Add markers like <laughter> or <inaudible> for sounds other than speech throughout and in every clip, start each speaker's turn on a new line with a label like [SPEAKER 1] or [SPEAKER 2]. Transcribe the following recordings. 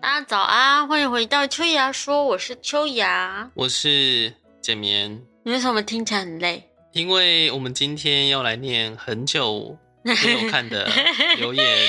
[SPEAKER 1] 大家早安，欢迎回到秋芽说，我是秋芽。
[SPEAKER 2] 我是简眠，
[SPEAKER 1] 你为什么听起来很累？
[SPEAKER 2] 因为我们今天要来念很久没有看的留言，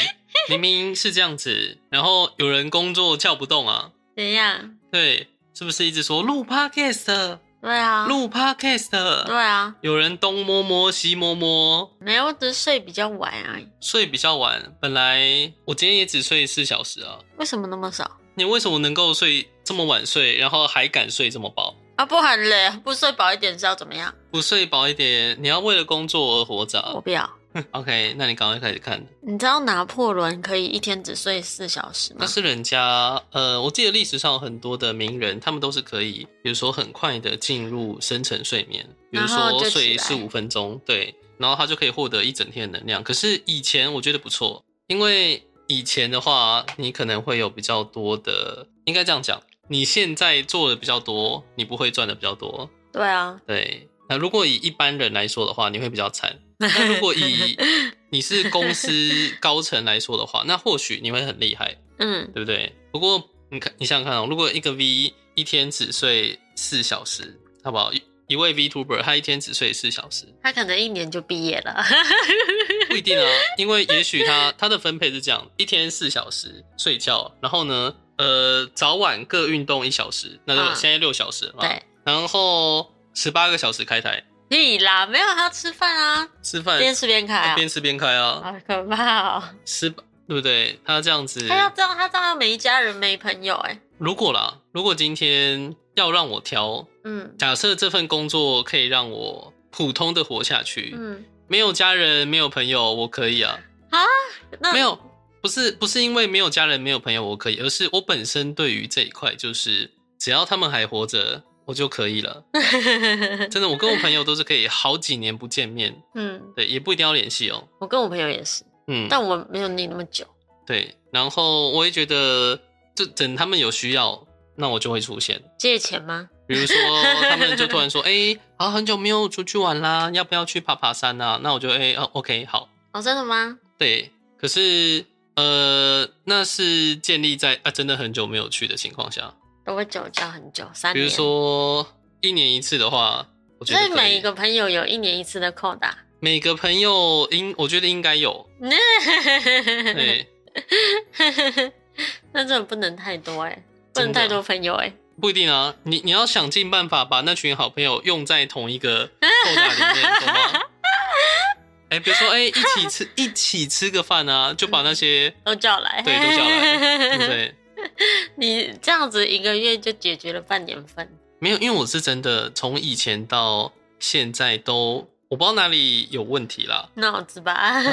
[SPEAKER 2] 明明是这样子，然后有人工作叫不动啊，
[SPEAKER 1] 怎样？
[SPEAKER 2] 对，是不是一直说录 podcast，
[SPEAKER 1] 对啊，
[SPEAKER 2] 录
[SPEAKER 1] 对
[SPEAKER 2] podcast，
[SPEAKER 1] 啊，
[SPEAKER 2] 有人东摸摸西摸摸，
[SPEAKER 1] 没有，只是睡比较晚而已。
[SPEAKER 2] 睡比较晚，本来我今天也只睡四小时啊，
[SPEAKER 1] 为什么那么少？
[SPEAKER 2] 你为什么能够睡这么晚睡，然后还敢睡这么饱？
[SPEAKER 1] 啊，不很累，不睡饱一点是要怎么样？
[SPEAKER 2] 不睡饱一点，你要为了工作而活着
[SPEAKER 1] 我
[SPEAKER 2] 啊。
[SPEAKER 1] 不要。
[SPEAKER 2] OK，那你赶快开始看。
[SPEAKER 1] 你知道拿破仑可以一天只睡四小时吗
[SPEAKER 2] 但？是人家，呃，我记得历史上有很多的名人，他们都是可以，比如说很快的进入深层睡眠，比如
[SPEAKER 1] 然后就
[SPEAKER 2] 说
[SPEAKER 1] 起来
[SPEAKER 2] 睡四五分钟，对，然后他就可以获得一整天的能量。可是以前我觉得不错，因为以前的话，你可能会有比较多的，应该这样讲，你现在做的比较多，你不会赚的比较多，
[SPEAKER 1] 对啊，
[SPEAKER 2] 对。那如果以一般人来说的话，你会比
[SPEAKER 1] <laughs>
[SPEAKER 2] 较惨。那如果以你是公司高层来说的话，那或许你会很厉害。
[SPEAKER 1] 嗯，
[SPEAKER 2] 对不对？不过你看，你想想看哦，如果一个 V 一天只睡四小时，好不好？一一位 VTuber 他一天只睡四小时，
[SPEAKER 1] 他可能一年就毕业了。
[SPEAKER 2] 不一定啊，因为也许他他的分配是这样：一天四小时睡觉，然后呢，呃，早晚各运动一小时，那就
[SPEAKER 1] 嗯
[SPEAKER 2] 现在六小时了嘛。
[SPEAKER 1] 对，
[SPEAKER 2] 然后十八个小时开台
[SPEAKER 1] 屁啦，没有，他要吃饭啊，
[SPEAKER 2] 吃饭，
[SPEAKER 1] 边吃边开啊，
[SPEAKER 2] 呃边吃边开啊，
[SPEAKER 1] <laughs> 好可怕哦。
[SPEAKER 2] 吃对不对？他这样子，
[SPEAKER 1] 他要这样，他这样没家人没朋友、哎，
[SPEAKER 2] 如果啦，如果今天要让我挑，
[SPEAKER 1] 嗯
[SPEAKER 2] 假设这份工作可以让我普通的活下去，
[SPEAKER 1] 嗯，
[SPEAKER 2] 没有家人，没有朋友，我可以啊。
[SPEAKER 1] 那
[SPEAKER 2] 没有，不是不是因为没有家人，没有朋友我可以，而是我本身对于这一块，就是只要他们还活着，我就可以了。
[SPEAKER 1] 嗯
[SPEAKER 2] 真的，我跟我朋友都是可以好几年不见面，
[SPEAKER 1] 嗯，
[SPEAKER 2] 对，也不一定要联系哦。
[SPEAKER 1] 我跟我朋友也是，
[SPEAKER 2] 嗯，
[SPEAKER 1] 但我没有你那么久。
[SPEAKER 2] 对。然后我也觉得，就等他们有需要，那我就会出现。
[SPEAKER 1] 借钱吗？
[SPEAKER 2] 比
[SPEAKER 1] <laughs>
[SPEAKER 2] 如说，他们就突然说：“哎、啊，很久没有出去玩啦，要不要去爬爬山啊？”那我就哎、哦，OK，好，
[SPEAKER 1] 哦，真的吗？
[SPEAKER 2] 对。可是，呃，那是建立在啊，真的很久没有去的情况下。
[SPEAKER 1] 都会久交很久，三
[SPEAKER 2] 比
[SPEAKER 1] 年。
[SPEAKER 2] 如说一年一次的话，我觉
[SPEAKER 1] 所
[SPEAKER 2] 得
[SPEAKER 1] 以
[SPEAKER 2] 可以
[SPEAKER 1] 每一个朋友有一年一次的扣打。
[SPEAKER 2] 每个朋友应，我觉得应该
[SPEAKER 1] <laughs>
[SPEAKER 2] 有。对，
[SPEAKER 1] 那真的不能太多哎、不能
[SPEAKER 2] 真的
[SPEAKER 1] 太多朋友哎、
[SPEAKER 2] 不一定啊，你你要想尽办法把那群好朋友用在同
[SPEAKER 1] <laughs>
[SPEAKER 2] 一个扣打里面，懂吗？哎、比如说，哎、一起吃一起吃个饭啊，就把那些
[SPEAKER 1] 都叫来，
[SPEAKER 2] 对都
[SPEAKER 1] <laughs>
[SPEAKER 2] 叫对不
[SPEAKER 1] 来。
[SPEAKER 2] 对？
[SPEAKER 1] 你这样子一个月就解决了半年份，
[SPEAKER 2] 没有，因为我是真的从以前到现在都，我不知道哪里有问题啦。
[SPEAKER 1] 脑子吧？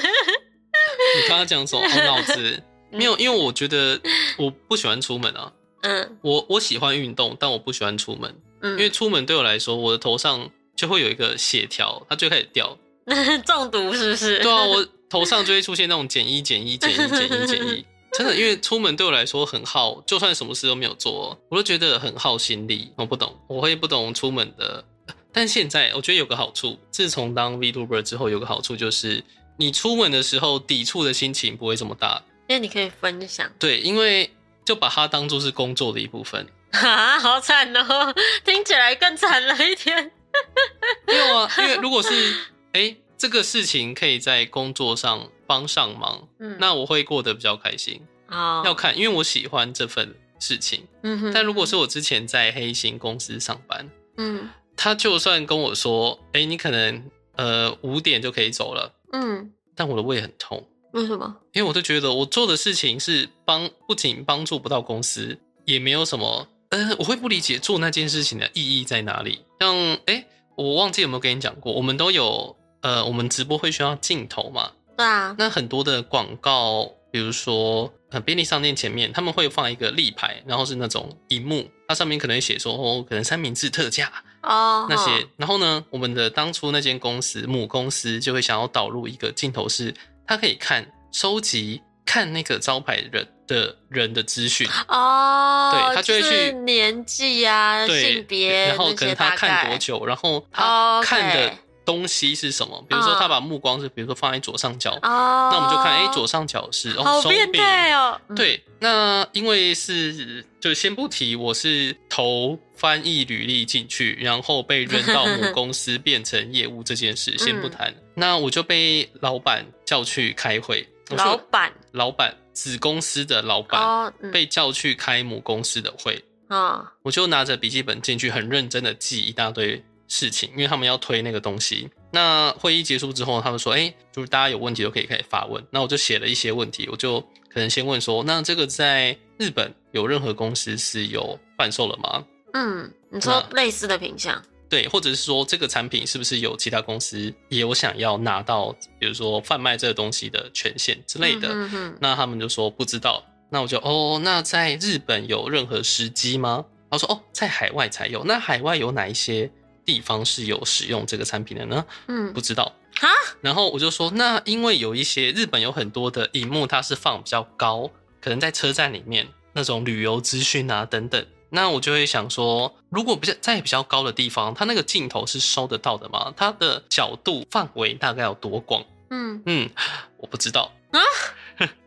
[SPEAKER 2] 你刚刚讲什么？哦脑子没有，因为我觉得我不喜欢出门啊。
[SPEAKER 1] <laughs> 嗯
[SPEAKER 2] 我我喜欢运动，但我不喜欢出门，因为
[SPEAKER 1] 嗯，
[SPEAKER 2] 出门对我来说，我的头上就会有一个血条，它就会开始掉。
[SPEAKER 1] <laughs> 中毒是不是？
[SPEAKER 2] 对啊，我头上就会出现那种减一、减一、减一、减一、减一。真的，因为出门对我来说很耗，就算什么事都没有做，我都觉得很耗心力。我不懂，我会不懂出门的。但现在我觉得有个好处，自从当 Vtuber 之后，有个好处就是你出门的时候抵触的心情不会这么大。
[SPEAKER 1] 因为你可以分享。 <laughs>
[SPEAKER 2] 对，因为就把它当做是工作的一部分。
[SPEAKER 1] 啊，好惨哦！听起来更惨了一点。
[SPEAKER 2] 没有啊，因为如果是哎、诶这个事情可以在工作上帮上忙，
[SPEAKER 1] 嗯，
[SPEAKER 2] 那我会过得比较开心。
[SPEAKER 1] 哦，
[SPEAKER 2] 要看，因为我喜欢这份事情。
[SPEAKER 1] 嗯哼
[SPEAKER 2] 但如果是我之前在黑心公司上班，
[SPEAKER 1] 嗯
[SPEAKER 2] 他就算跟我说：“哎、你可能呃五点就可以走了。
[SPEAKER 1] 嗯，”
[SPEAKER 2] 但我的胃很痛，
[SPEAKER 1] 为什么？
[SPEAKER 2] 因为我就觉得我做的事情是帮，不仅帮助不到公司，也没有什么。呃，我会不理解做那件事情的意义在哪里。像哎、诶我忘记有没有跟你讲过，我们都有呃，我们直播会需要镜头嘛？
[SPEAKER 1] 对啊，
[SPEAKER 2] 那很多的广告，比如说呃便利商店前面，他们会放一个立牌，然后是那种荧幕，它上面可能会写说哦，可能三明治特价
[SPEAKER 1] 哦，
[SPEAKER 2] 那些
[SPEAKER 1] 哦，。
[SPEAKER 2] 然后呢，我们的当初那间公司母公司就会想要导入一个镜头是，它可以看收集看那个招牌人的人的资讯。
[SPEAKER 1] 哦，
[SPEAKER 2] 对他就会去
[SPEAKER 1] 是年纪啊、
[SPEAKER 2] 对，
[SPEAKER 1] 性别
[SPEAKER 2] 然后
[SPEAKER 1] 那
[SPEAKER 2] 可
[SPEAKER 1] 些
[SPEAKER 2] 能
[SPEAKER 1] 大
[SPEAKER 2] 他
[SPEAKER 1] 概
[SPEAKER 2] 看多久，然后
[SPEAKER 1] 哦
[SPEAKER 2] 他
[SPEAKER 1] ，OK
[SPEAKER 2] 看的东西是什么。比如说，
[SPEAKER 1] 嗯
[SPEAKER 2] 他把目光是，比如说放在左上角，
[SPEAKER 1] 哦，
[SPEAKER 2] 那我们就看，哎，左上角是哦
[SPEAKER 1] 好
[SPEAKER 2] 手
[SPEAKER 1] 变
[SPEAKER 2] 柄。
[SPEAKER 1] 态哦，嗯，
[SPEAKER 2] 对，那因为是就先不提，我是投翻译履历进去，然后被扔到母公司 <laughs> 变成业务这件事，先
[SPEAKER 1] 嗯
[SPEAKER 2] 不谈。那我就被老板叫去开会，我
[SPEAKER 1] 老
[SPEAKER 2] 说
[SPEAKER 1] 板
[SPEAKER 2] 老板子公司的老板、
[SPEAKER 1] 哦，嗯
[SPEAKER 2] 被叫去开母公司的会，
[SPEAKER 1] 哦，
[SPEAKER 2] 我就拿着笔记本进去，很认真的记一大堆事情，因为他们要推那个东西。那会议结束之后，他们说：“哎、就是大家有问题都可以开始发问。”那我就写了一些问题，我就可能先问说：“那这个在日本有任何公司是有贩售了吗？
[SPEAKER 1] 嗯，你说
[SPEAKER 2] 那
[SPEAKER 1] 类似的品相，
[SPEAKER 2] 对，或者是说这个产品是不是有其他公司也有想要拿到，比如说贩卖这个东西的权限之类的？”
[SPEAKER 1] 嗯哼
[SPEAKER 2] 那他们就说不知道。那我就哦，那在日本有任何时机吗？他说哦，在海外才有。那海外有哪一些地方是有使用这个产品的呢？
[SPEAKER 1] 嗯
[SPEAKER 2] 不，知道。
[SPEAKER 1] 哈，
[SPEAKER 2] <laughs> 然后我就说，那因为有一些日本有很多的荧幕，它是放比较高，可能在车站里面那种旅游资讯啊等等。那我就会想说，如果比较在比较高的地方，它那个镜头是收得到的吗？它的角度范围大概有多广？
[SPEAKER 1] 嗯，
[SPEAKER 2] 嗯， <sighs> 我不知道
[SPEAKER 1] 啊。
[SPEAKER 2] <laughs>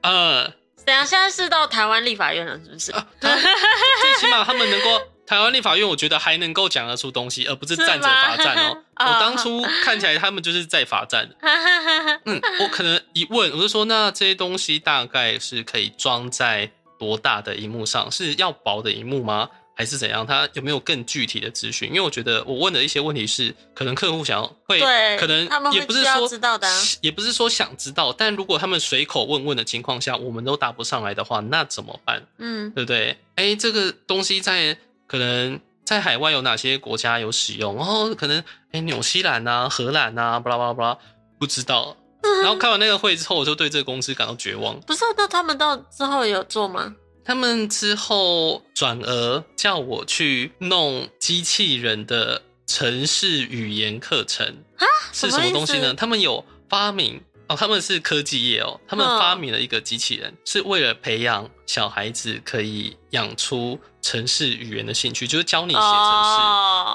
[SPEAKER 2] 呃，
[SPEAKER 1] 等一下现在是到台湾立法院了，是不是？
[SPEAKER 2] 啊
[SPEAKER 1] <laughs>
[SPEAKER 2] 他最起码他们能够台湾立法院，我觉得还能够讲得出东西，而不是站着罚
[SPEAKER 1] <laughs>
[SPEAKER 2] 站
[SPEAKER 1] 是
[SPEAKER 2] 哦
[SPEAKER 1] 吗。
[SPEAKER 2] 我
[SPEAKER 1] 啊
[SPEAKER 2] 当初看起来他们就是在罚
[SPEAKER 1] <laughs>
[SPEAKER 2] 站。
[SPEAKER 1] 哈哈哈哈
[SPEAKER 2] 嗯，我可能一问，我就说那这些东西大概是可以装在多大的荧幕上？是要薄的荧幕吗？还是怎样？他有没有更具体的资讯？因为我觉得我问的一些问题是，可能客户想要会，
[SPEAKER 1] 对
[SPEAKER 2] 可能
[SPEAKER 1] 他们会
[SPEAKER 2] 也不是
[SPEAKER 1] 需要
[SPEAKER 2] 说
[SPEAKER 1] 知道的啊
[SPEAKER 2] 也不是说想知道，但如果他们随口问问的情况下，我们都答不上来的话，那怎么办？
[SPEAKER 1] 嗯
[SPEAKER 2] 对不对？哎，这个东西在可能在海外有哪些国家有使用？哦，可能哎，纽西兰啊、荷兰啊，巴拉巴拉巴拉，不知道。然
[SPEAKER 1] 嗯
[SPEAKER 2] 后开完那个会之后，我就对这个公司感到绝望。
[SPEAKER 1] 不是，那他们到之后有做吗？
[SPEAKER 2] 他们之后转而叫我去弄机器人的城市语言课程是什么东西
[SPEAKER 1] 啊什么意
[SPEAKER 2] 呢？
[SPEAKER 1] 思
[SPEAKER 2] 他们有发明哦，他们是科技业哦，他们
[SPEAKER 1] 嗯
[SPEAKER 2] 发明了一个机器人，是为了培养小孩子可以养出城市语言的兴趣，就是教你写城市。那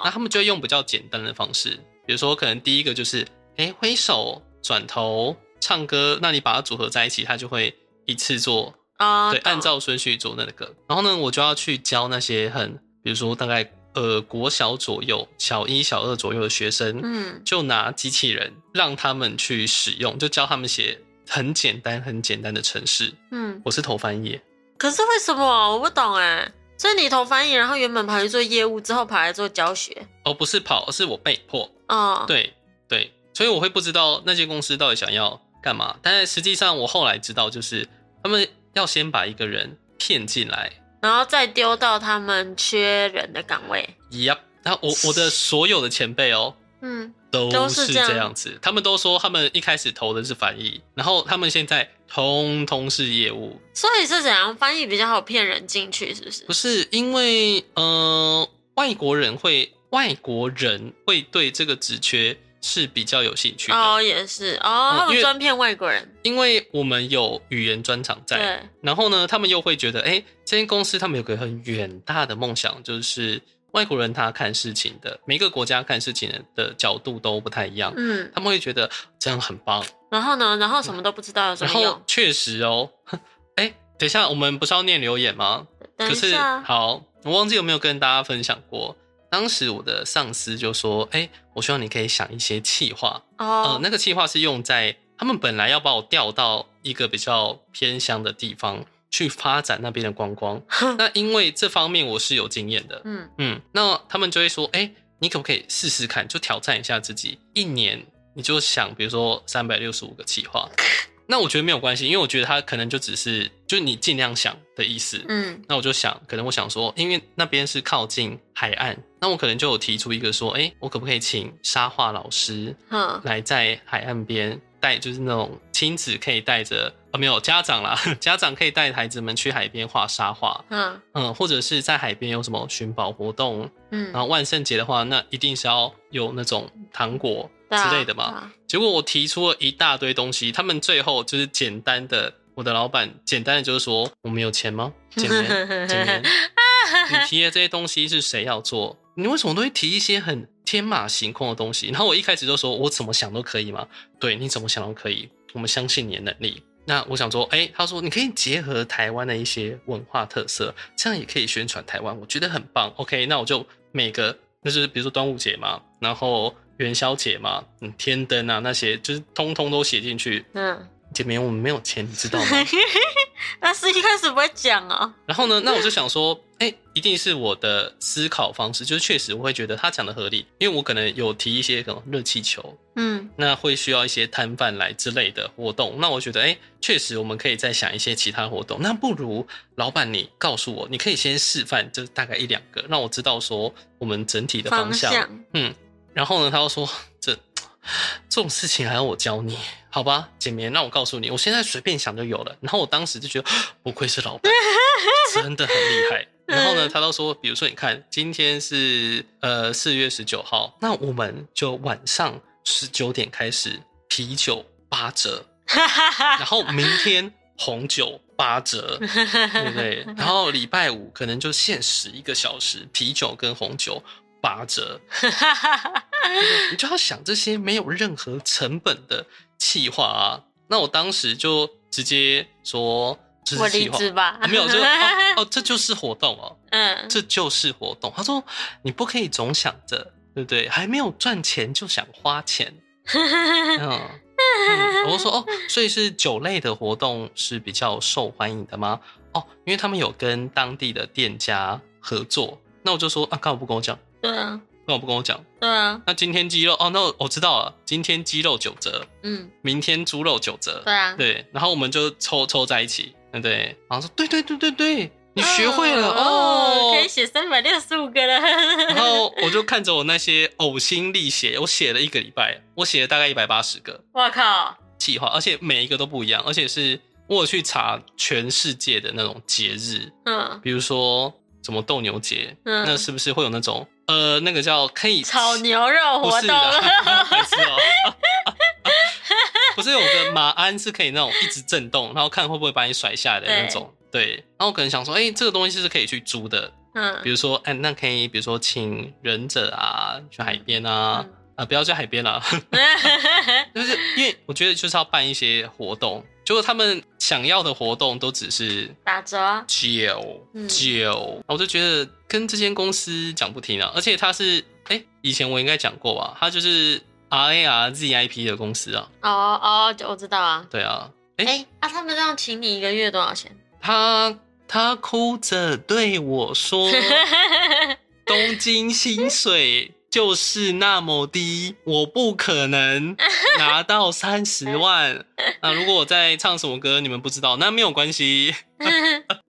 [SPEAKER 1] 哦，
[SPEAKER 2] 他们就会用比较简单的方式，比如说可能第一个就是，哎、挥手、转头、唱歌，那你把它组合在一起，它就会一次做
[SPEAKER 1] 哦
[SPEAKER 2] 对，
[SPEAKER 1] 懂
[SPEAKER 2] 按照顺序做那个。然后呢，我就要去教那些很，比如说大概呃国小左右、小一、小二左右的学生，
[SPEAKER 1] 嗯
[SPEAKER 2] 就拿机器人让他们去使用，就教他们写很简单、很简单的程式。
[SPEAKER 1] 嗯，
[SPEAKER 2] 我是投翻页，
[SPEAKER 1] 可是为什么我不懂哎？所以你投翻译，然后原本跑去做业务，之后跑来做教学，
[SPEAKER 2] 而、哦不是跑，是我被迫。
[SPEAKER 1] 哦，，
[SPEAKER 2] 对对，所以我会不知道那间公司到底想要干嘛。但是实际上，我后来知道，就是他们要先把一个人骗进来，
[SPEAKER 1] 然后再丢到他们缺人的岗位，
[SPEAKER 2] 呀，那我我的所有的前辈哦，
[SPEAKER 1] 嗯，
[SPEAKER 2] 都
[SPEAKER 1] 都
[SPEAKER 2] 是
[SPEAKER 1] 是
[SPEAKER 2] 这
[SPEAKER 1] 这样
[SPEAKER 2] 样子。他们都说他们一开始投的是翻译，然后他们现在通通是业务，
[SPEAKER 1] 所以是怎样翻译比较好骗人进去，是不是
[SPEAKER 2] 不？是因为呃外国人会外国人会对这个职缺是比较有兴趣的，
[SPEAKER 1] 哦，也是哦
[SPEAKER 2] 嗯，
[SPEAKER 1] 他
[SPEAKER 2] 因
[SPEAKER 1] 们
[SPEAKER 2] 为
[SPEAKER 1] 专骗外国人，
[SPEAKER 2] 因为我们有语言专场在。
[SPEAKER 1] 对，
[SPEAKER 2] 然后呢，他们又会觉得，哎，这间公司他们有个很远大的梦想，就是外国人他看事情的每个国家看事情的角度都不太一样，
[SPEAKER 1] 嗯，
[SPEAKER 2] 他们会觉得这样很棒。
[SPEAKER 1] 然后呢，然后什么都不知道有什
[SPEAKER 2] 然
[SPEAKER 1] 么
[SPEAKER 2] 后
[SPEAKER 1] 用？
[SPEAKER 2] 确实哦， <laughs> 哎，等一下，我们不是要念留言吗？
[SPEAKER 1] 等
[SPEAKER 2] 可
[SPEAKER 1] 一
[SPEAKER 2] 是
[SPEAKER 1] 下，哦
[SPEAKER 2] 好，我忘记有没有跟大家分享过。当时我的上司就说：“哎、我希望你可以想一些企划，呃
[SPEAKER 1] 哦，，
[SPEAKER 2] 那个企划是用在他们本来要把我调到一个比较偏乡的地方去发展那边的观
[SPEAKER 1] <laughs>
[SPEAKER 2] 光，那因为这方面我是有经验的，
[SPEAKER 1] 嗯
[SPEAKER 2] 嗯，那他们就会说，哎、你可不可以试试看，就挑战一下自己，一年你就想，比如说三百六十五个企划，那我觉得没有关系，因为我觉得他可能就只是就你尽量想的意思，
[SPEAKER 1] 嗯
[SPEAKER 2] 那我就想，可能我想说，因为那边是靠近海岸，那我可能就有提出一个说，哎、我可不可以请沙画老师
[SPEAKER 1] 哼，
[SPEAKER 2] 来在海岸边带，就是那种亲子可以带着啊，没有家长啦， <laughs> 家长可以带孩子们去海边画沙画，
[SPEAKER 1] 嗯
[SPEAKER 2] 嗯，或者是在海边有什么寻宝活动，
[SPEAKER 1] 嗯，
[SPEAKER 2] 然后万圣节的话，那一定是要有那种糖果
[SPEAKER 1] 对啊
[SPEAKER 2] 之类的嘛。
[SPEAKER 1] 对啊
[SPEAKER 2] 结果我提出了一大堆东西，他们最后就是简单的，我的老板简单的就是说，我们有钱吗？简
[SPEAKER 1] <laughs>
[SPEAKER 2] 单，简单，你提的这些东西是谁要做？你为什么都会提一些很天马行空的东西。然后我一开始就说，我怎么想都可以嘛，对，你怎么想都可以，我们相信你的能力。那我想说，哎、他说你可以结合台湾的一些文化特色，这样也可以宣传台湾，我觉得很棒。OK，那我就每个就是比如说端午节嘛，然后元宵节嘛，嗯，天灯啊那些，就是通通都写进去。
[SPEAKER 1] 嗯，
[SPEAKER 2] 姐妹，我们没有钱，你知道吗？
[SPEAKER 1] <laughs> 那是一开始不会讲哦。
[SPEAKER 2] 然后呢，那我就想说，哎、一定是我的思考方式，就是确实我会觉得他讲的合理，因为我可能有提一些可能热气球，
[SPEAKER 1] 嗯
[SPEAKER 2] 那会需要一些摊贩来之类的活动。那我觉得，哎、确实我们可以再想一些其他活动。那不如老板你告诉我，你可以先示范，就是大概一两个，让我知道说我们整体的方向。
[SPEAKER 1] 向
[SPEAKER 2] 嗯，然后呢，他又说这这种事情还要我教你，好吧，姐妹，那我告诉你，我现在随便想就有了。然后我当时就觉得 <gasps> 不愧是老板，真的很厉害。然后呢，
[SPEAKER 1] 嗯
[SPEAKER 2] 他都说，比如说，你看，今天是呃四月十九号，那我们就晚上十九点开始啤酒八折，
[SPEAKER 1] 哈哈
[SPEAKER 2] 然
[SPEAKER 1] 哈，
[SPEAKER 2] 后明天红酒八折，对
[SPEAKER 1] <laughs>
[SPEAKER 2] 不对？然后礼拜五可能就限时一个小时，啤酒跟红酒八折，
[SPEAKER 1] 哈哈哈，
[SPEAKER 2] 你就要想这些没有任何成本的企划啊。那我当时就直接说，这
[SPEAKER 1] 我
[SPEAKER 2] 是
[SPEAKER 1] 离
[SPEAKER 2] 企划，
[SPEAKER 1] 职吧
[SPEAKER 2] 啊。没有就哦
[SPEAKER 1] <laughs>
[SPEAKER 2] 哦，这就是活动哦，
[SPEAKER 1] 嗯，
[SPEAKER 2] 这就是活动。他说你不可以总想着，对不对？还没有赚钱就想花
[SPEAKER 1] <laughs>
[SPEAKER 2] 钱，嗯。嗯，我就说哦，所以是酒类的活动是比较受欢迎的吗？哦，因为他们有跟当地的店家合作。那我就说啊，干嘛不跟我讲？
[SPEAKER 1] <laughs> 对啊，
[SPEAKER 2] 干嘛不跟我讲？
[SPEAKER 1] 对啊，
[SPEAKER 2] 那今天鸡肉哦，那我我知道了，今天鸡肉九折，
[SPEAKER 1] 嗯，
[SPEAKER 2] 明天猪肉九折，
[SPEAKER 1] 对啊，
[SPEAKER 2] 对，然后我们就凑凑在一起，对不对？然后说对对对对对，你学会了哦。
[SPEAKER 1] 嗯可以写三百六十五个了。
[SPEAKER 2] 然
[SPEAKER 1] <laughs>
[SPEAKER 2] 后我就看着我那些呕心沥血，我写了一个礼拜，我写了大概一百八十个
[SPEAKER 1] 我靠，
[SPEAKER 2] 计划，而且每一个都不一样，而且是我有去查全世界的那种节日，
[SPEAKER 1] 嗯
[SPEAKER 2] 比如说什么斗牛节，
[SPEAKER 1] 嗯，
[SPEAKER 2] 那是不是会有那种呃那个叫可以
[SPEAKER 1] 炒牛 <laughs> 肉活
[SPEAKER 2] <laughs> 不是
[SPEAKER 1] 动，
[SPEAKER 2] 的，白痴哦。 <laughs> 不是有个马鞍是可以那种一直震动，然后看会不会把你甩下来的那种。对，然后我可能想说，哎、这个东西是可以去租的，比
[SPEAKER 1] 嗯
[SPEAKER 2] 如说，哎、那可以，比如说请忍者啊去海边啊，啊、不要去海边啦、 <laughs>
[SPEAKER 1] 嗯
[SPEAKER 2] 就是因为我觉得就是要办一些活动，结果他们想要的活动都只是
[SPEAKER 1] <laughs> 打折啊，
[SPEAKER 2] 酒
[SPEAKER 1] 嗯
[SPEAKER 2] 酒，啊我就觉得跟这间公司讲不听啊，而且它是哎、以前我应该讲过吧，它就是 R A R Z I P 的公司啊，
[SPEAKER 1] 哦哦，我知道啊。
[SPEAKER 2] 对啊，哎、
[SPEAKER 1] 哎，啊，他们这样请你一个月多少
[SPEAKER 2] <laughs>
[SPEAKER 1] 钱？：“
[SPEAKER 2] 他他哭着对我说
[SPEAKER 1] <laughs>
[SPEAKER 2] 东京薪水就是那么低，我不可能拿到三十万。那如果我在唱什么歌，你们不知道，那没有关系。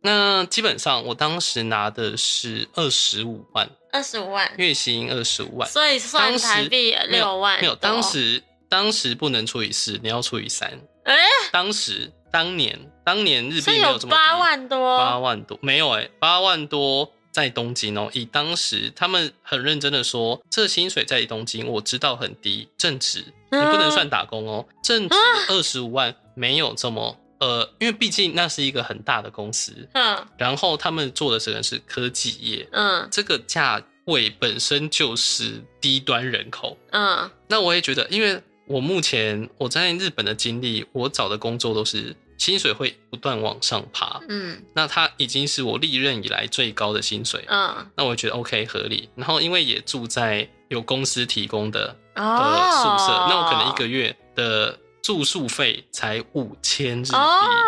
[SPEAKER 2] 那基本上我当时拿的是二十五万，
[SPEAKER 1] 二十五万，
[SPEAKER 2] 月薪二十五万，
[SPEAKER 1] 所以算
[SPEAKER 2] 当时
[SPEAKER 1] 台币
[SPEAKER 2] 没有
[SPEAKER 1] 六万
[SPEAKER 2] 没有，
[SPEAKER 1] 多
[SPEAKER 2] 当时当时不能除以四，你要除以三。
[SPEAKER 1] 哎
[SPEAKER 2] 当时当年当年日币
[SPEAKER 1] 所
[SPEAKER 2] 没
[SPEAKER 1] 以
[SPEAKER 2] 有
[SPEAKER 1] 有
[SPEAKER 2] 这么低
[SPEAKER 1] 八万
[SPEAKER 2] 八
[SPEAKER 1] 多，
[SPEAKER 2] 万多没有哎、八万多在东京哦、以当时他们很认真的说，这薪水在东京我知道很低，正职你不能算打工哦、
[SPEAKER 1] 啊
[SPEAKER 2] 正职二十五万没有这么呃，因为毕竟那是一个很大的公司，
[SPEAKER 1] 嗯
[SPEAKER 2] 然后他们做的这个是科技业，
[SPEAKER 1] 嗯
[SPEAKER 2] 这个价位本身就是低端人口，
[SPEAKER 1] 嗯
[SPEAKER 2] 那我也觉得，因为我目前我在日本的经历，我找的工作都是薪水会不断往上爬，
[SPEAKER 1] 嗯
[SPEAKER 2] 那它已经是我历任以来最高的薪水，
[SPEAKER 1] 嗯，
[SPEAKER 2] 那我觉得 OK 合理。然后因为也住在有公司提供的的
[SPEAKER 1] 哦，
[SPEAKER 2] 宿舍，那我可能一个月的住宿费才五千日币、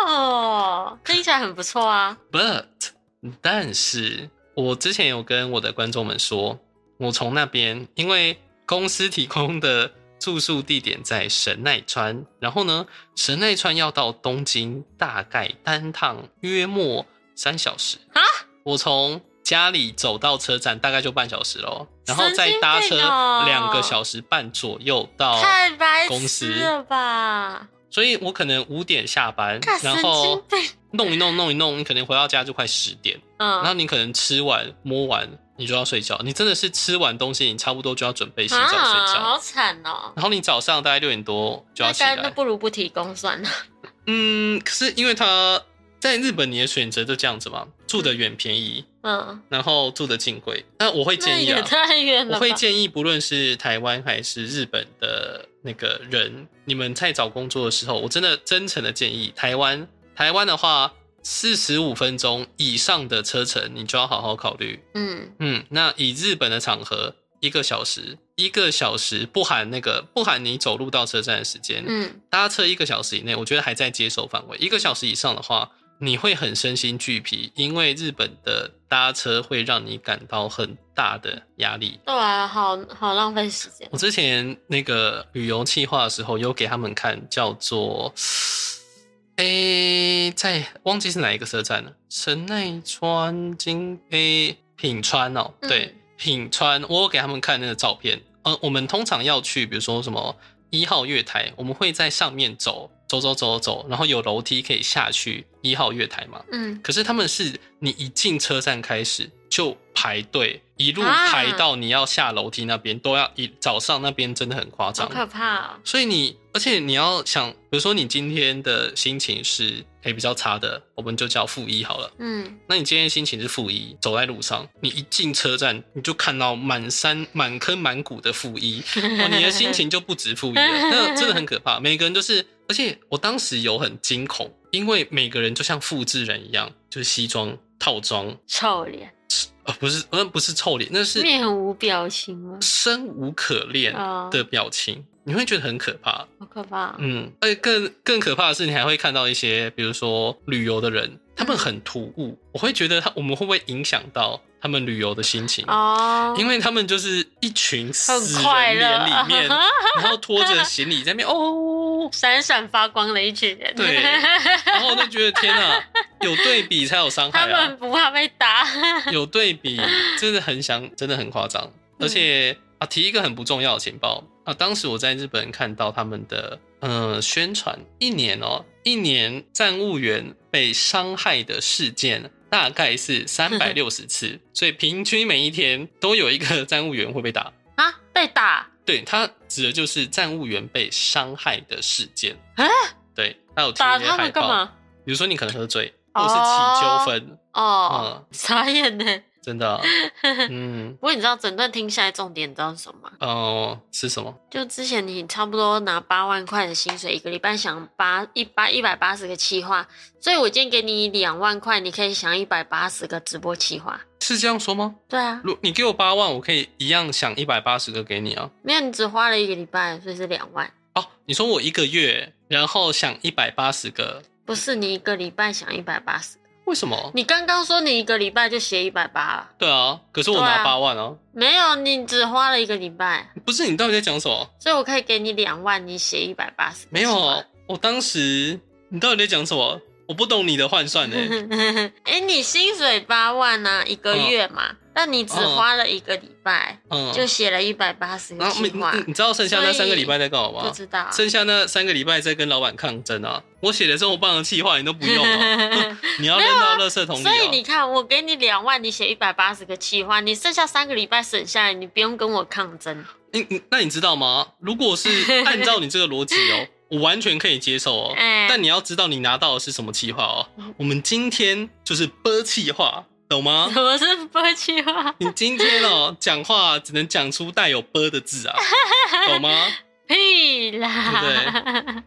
[SPEAKER 1] 哦，听起来很不错啊，
[SPEAKER 2] b u t 但是我之前有跟我的观众们说，我从那边因为公司提供的住宿地点在神奈川，然后呢，神奈川要到东京大概单趟约莫三小时
[SPEAKER 1] 啊。
[SPEAKER 2] 我从家里走到车站大概就半小时喽，然后
[SPEAKER 1] 神
[SPEAKER 2] 再
[SPEAKER 1] 经
[SPEAKER 2] 搭
[SPEAKER 1] 病
[SPEAKER 2] 车
[SPEAKER 1] 哦
[SPEAKER 2] 两个小时半左右到
[SPEAKER 1] 太白
[SPEAKER 2] 公司
[SPEAKER 1] 痴了吧，
[SPEAKER 2] 所以我可能五点下班
[SPEAKER 1] 看，
[SPEAKER 2] 然
[SPEAKER 1] 神经
[SPEAKER 2] 后
[SPEAKER 1] 病，
[SPEAKER 2] 弄一弄弄一弄，你可能回到家就快十点。然后
[SPEAKER 1] 嗯
[SPEAKER 2] 你可能吃完摸完，你就要睡觉。你真的是吃完东西，你差不多就要准备洗澡睡
[SPEAKER 1] 啊，
[SPEAKER 2] 觉。
[SPEAKER 1] 好惨哦，
[SPEAKER 2] 然后你早上大概六点多就要
[SPEAKER 1] 那
[SPEAKER 2] 起
[SPEAKER 1] 干那
[SPEAKER 2] 来。
[SPEAKER 1] 不如不提供算了，
[SPEAKER 2] 嗯，可是因为他在日本，你的选择就这样子嘛，住的远便宜，
[SPEAKER 1] 嗯，
[SPEAKER 2] 然后住的近贵。那我会
[SPEAKER 1] 那
[SPEAKER 2] 建议
[SPEAKER 1] 也
[SPEAKER 2] 啊，
[SPEAKER 1] 太远
[SPEAKER 2] 我
[SPEAKER 1] 了吧
[SPEAKER 2] 会？建议，不论是台湾还是日本的那个人，你们在找工作的时候，我真的真诚的建议，台湾台湾的话，四十五分钟以上的车程，你就要好好考虑。
[SPEAKER 1] 嗯，
[SPEAKER 2] 嗯，那以日本的场合，一个小时，一个小时不含那个不含你走路到车站的时间，
[SPEAKER 1] 嗯，
[SPEAKER 2] 搭车一个小时以内，我觉得还在接受范围。一个小时以上的话，你会很身心俱疲，因为日本的搭车会让你感到很大的压力。
[SPEAKER 1] 对啊，好好浪费时间。
[SPEAKER 2] 我之前那个旅游计划的时候，有给他们看，叫做，诶、在忘记是哪一个车站了，神奈川京诶、品川哦，
[SPEAKER 1] 嗯
[SPEAKER 2] 对，品川，我有给他们看那个照片。呃，我们通常要去，比如说什么一号月台，我们会在上面走，走走走走，然后有楼梯可以下去一号月台嘛。
[SPEAKER 1] 嗯，
[SPEAKER 2] 可是他们是你一进车站开始就排队，一路
[SPEAKER 1] 啊
[SPEAKER 2] 排到你要下楼梯那边，都要一早上那边真的很夸
[SPEAKER 1] 好
[SPEAKER 2] 张。
[SPEAKER 1] 可怕哦。
[SPEAKER 2] 所以你，而且你要想，比如说你今天的心情是诶、比较差的，我们就叫负一好了。
[SPEAKER 1] 嗯，
[SPEAKER 2] 那你今天心情是负一，走在路上，你一进车站你就看到满山满坑满谷的负一，
[SPEAKER 1] <laughs>
[SPEAKER 2] 哦，你的心情就不止负一了，那真的很可怕。每个人都是，而且我当时有很惊恐，因为每个人就像复制人一样，就是西装套装，
[SPEAKER 1] 臭脸，
[SPEAKER 2] 呃，不是，呃，不是臭脸，那是
[SPEAKER 1] 面无表情啊吗？
[SPEAKER 2] 生无可恋
[SPEAKER 1] 啊、
[SPEAKER 2] 的表情，你会觉得很可怕。
[SPEAKER 1] 好可怕。
[SPEAKER 2] 嗯，而且更更可怕的是，你还会看到一些，比如说旅游的人，他
[SPEAKER 1] 嗯
[SPEAKER 2] 们很突兀，我会觉得他我们会不会影响到他们旅游的心情？
[SPEAKER 1] 哦，
[SPEAKER 2] 因为他们就是一群死
[SPEAKER 1] 很
[SPEAKER 2] 人
[SPEAKER 1] 快乐
[SPEAKER 2] 脸
[SPEAKER 1] <laughs>
[SPEAKER 2] 里面，然后拖着行李在那边哦，
[SPEAKER 1] 闪闪发光的一群 <laughs> 人。
[SPEAKER 2] 对啊然后我就觉得
[SPEAKER 1] <laughs>
[SPEAKER 2] 天哪、有对比才有伤
[SPEAKER 1] 他
[SPEAKER 2] 害啊
[SPEAKER 1] 们，不怕被打。 <laughs>
[SPEAKER 2] 有对比真的很想，真的很夸
[SPEAKER 1] 嗯
[SPEAKER 2] 张。而且啊，提一个很不重要的情报啊，当时我在日本看到他们的呃宣传，一年哦，一年站务员被伤害的事件。大概是三百六十
[SPEAKER 1] <laughs>
[SPEAKER 2] 次，所以平均每一天都有一个站务员会被打。
[SPEAKER 1] 啊，被打，
[SPEAKER 2] 对他指的就是站务员被伤害的事件。
[SPEAKER 1] 啊
[SPEAKER 2] 对，他有提
[SPEAKER 1] 打
[SPEAKER 2] 一些
[SPEAKER 1] 他
[SPEAKER 2] 海
[SPEAKER 1] 们干
[SPEAKER 2] 报，
[SPEAKER 1] 嘛？
[SPEAKER 2] 比如说你可能喝醉，
[SPEAKER 1] 哦
[SPEAKER 2] 或是起纠纷，
[SPEAKER 1] 哦，
[SPEAKER 2] 嗯，
[SPEAKER 1] 傻眼呢。
[SPEAKER 2] 真
[SPEAKER 1] <laughs>
[SPEAKER 2] 的啊，嗯，
[SPEAKER 1] 不过你知道整段听下来重点你知道是什么吗？
[SPEAKER 2] 哦，是什么？
[SPEAKER 1] 就之前你差不多拿八万块的薪水，一个礼拜想八一八一百八十个企划，所以我今天给你两万块，你可以想一百八十个直播企划。
[SPEAKER 2] 是这样说吗？
[SPEAKER 1] 对啊，
[SPEAKER 2] 如你给我八万，我可以一样想一百八十个给你啊。
[SPEAKER 1] 没有你只花了一个礼拜，所以是两万，
[SPEAKER 2] 哦，你说我一个月，然后想一百八十个，
[SPEAKER 1] 不是你一个礼拜想一百八十。
[SPEAKER 2] 为什么？
[SPEAKER 1] 你刚刚说你一个礼拜就写一百八了，
[SPEAKER 2] 对啊，可是我
[SPEAKER 1] 对啊
[SPEAKER 2] 拿八万啊，
[SPEAKER 1] 没有，你只花了一个礼拜，
[SPEAKER 2] 不是你到底在讲什么？
[SPEAKER 1] 所以我可以给你两万，你写一百八十。
[SPEAKER 2] 没有 <laughs> 啊，我当时你到底在讲什么？我不懂你的换算呢、欸
[SPEAKER 1] <laughs> 哎、你薪水八万呢、啊，一个月
[SPEAKER 2] 哦
[SPEAKER 1] 嘛，但你只花了一个礼拜，
[SPEAKER 2] 嗯，
[SPEAKER 1] 就写了一百八十个
[SPEAKER 2] 然后你
[SPEAKER 1] 计划，
[SPEAKER 2] 你你知道剩哦下那三个礼拜在干嘛
[SPEAKER 1] 不
[SPEAKER 2] 吗？
[SPEAKER 1] 知道。啊
[SPEAKER 2] 剩下那三个礼拜在跟老板抗争啊！我写的这么棒的计划你都不
[SPEAKER 1] <laughs>
[SPEAKER 2] 用啊，你要扔到垃圾桶里
[SPEAKER 1] 所以你
[SPEAKER 2] 啊！
[SPEAKER 1] 看，我给你两万，你写一百八十个计划，你剩下三个礼拜省下来，你不用跟我抗争。
[SPEAKER 2] 你你那你知道吗？如果是按照你这个逻辑哦，
[SPEAKER 1] <laughs>
[SPEAKER 2] 我完全可以接受哦。
[SPEAKER 1] 哎嗯
[SPEAKER 2] 但你要知道你拿到的是什么计划哦。我们今天就是播计划，
[SPEAKER 1] <laughs>
[SPEAKER 2] 懂吗？
[SPEAKER 1] 我是播计划，
[SPEAKER 2] 你今天哦讲话只能讲出带有“播”的字啊，懂吗？
[SPEAKER 1] 屁啦！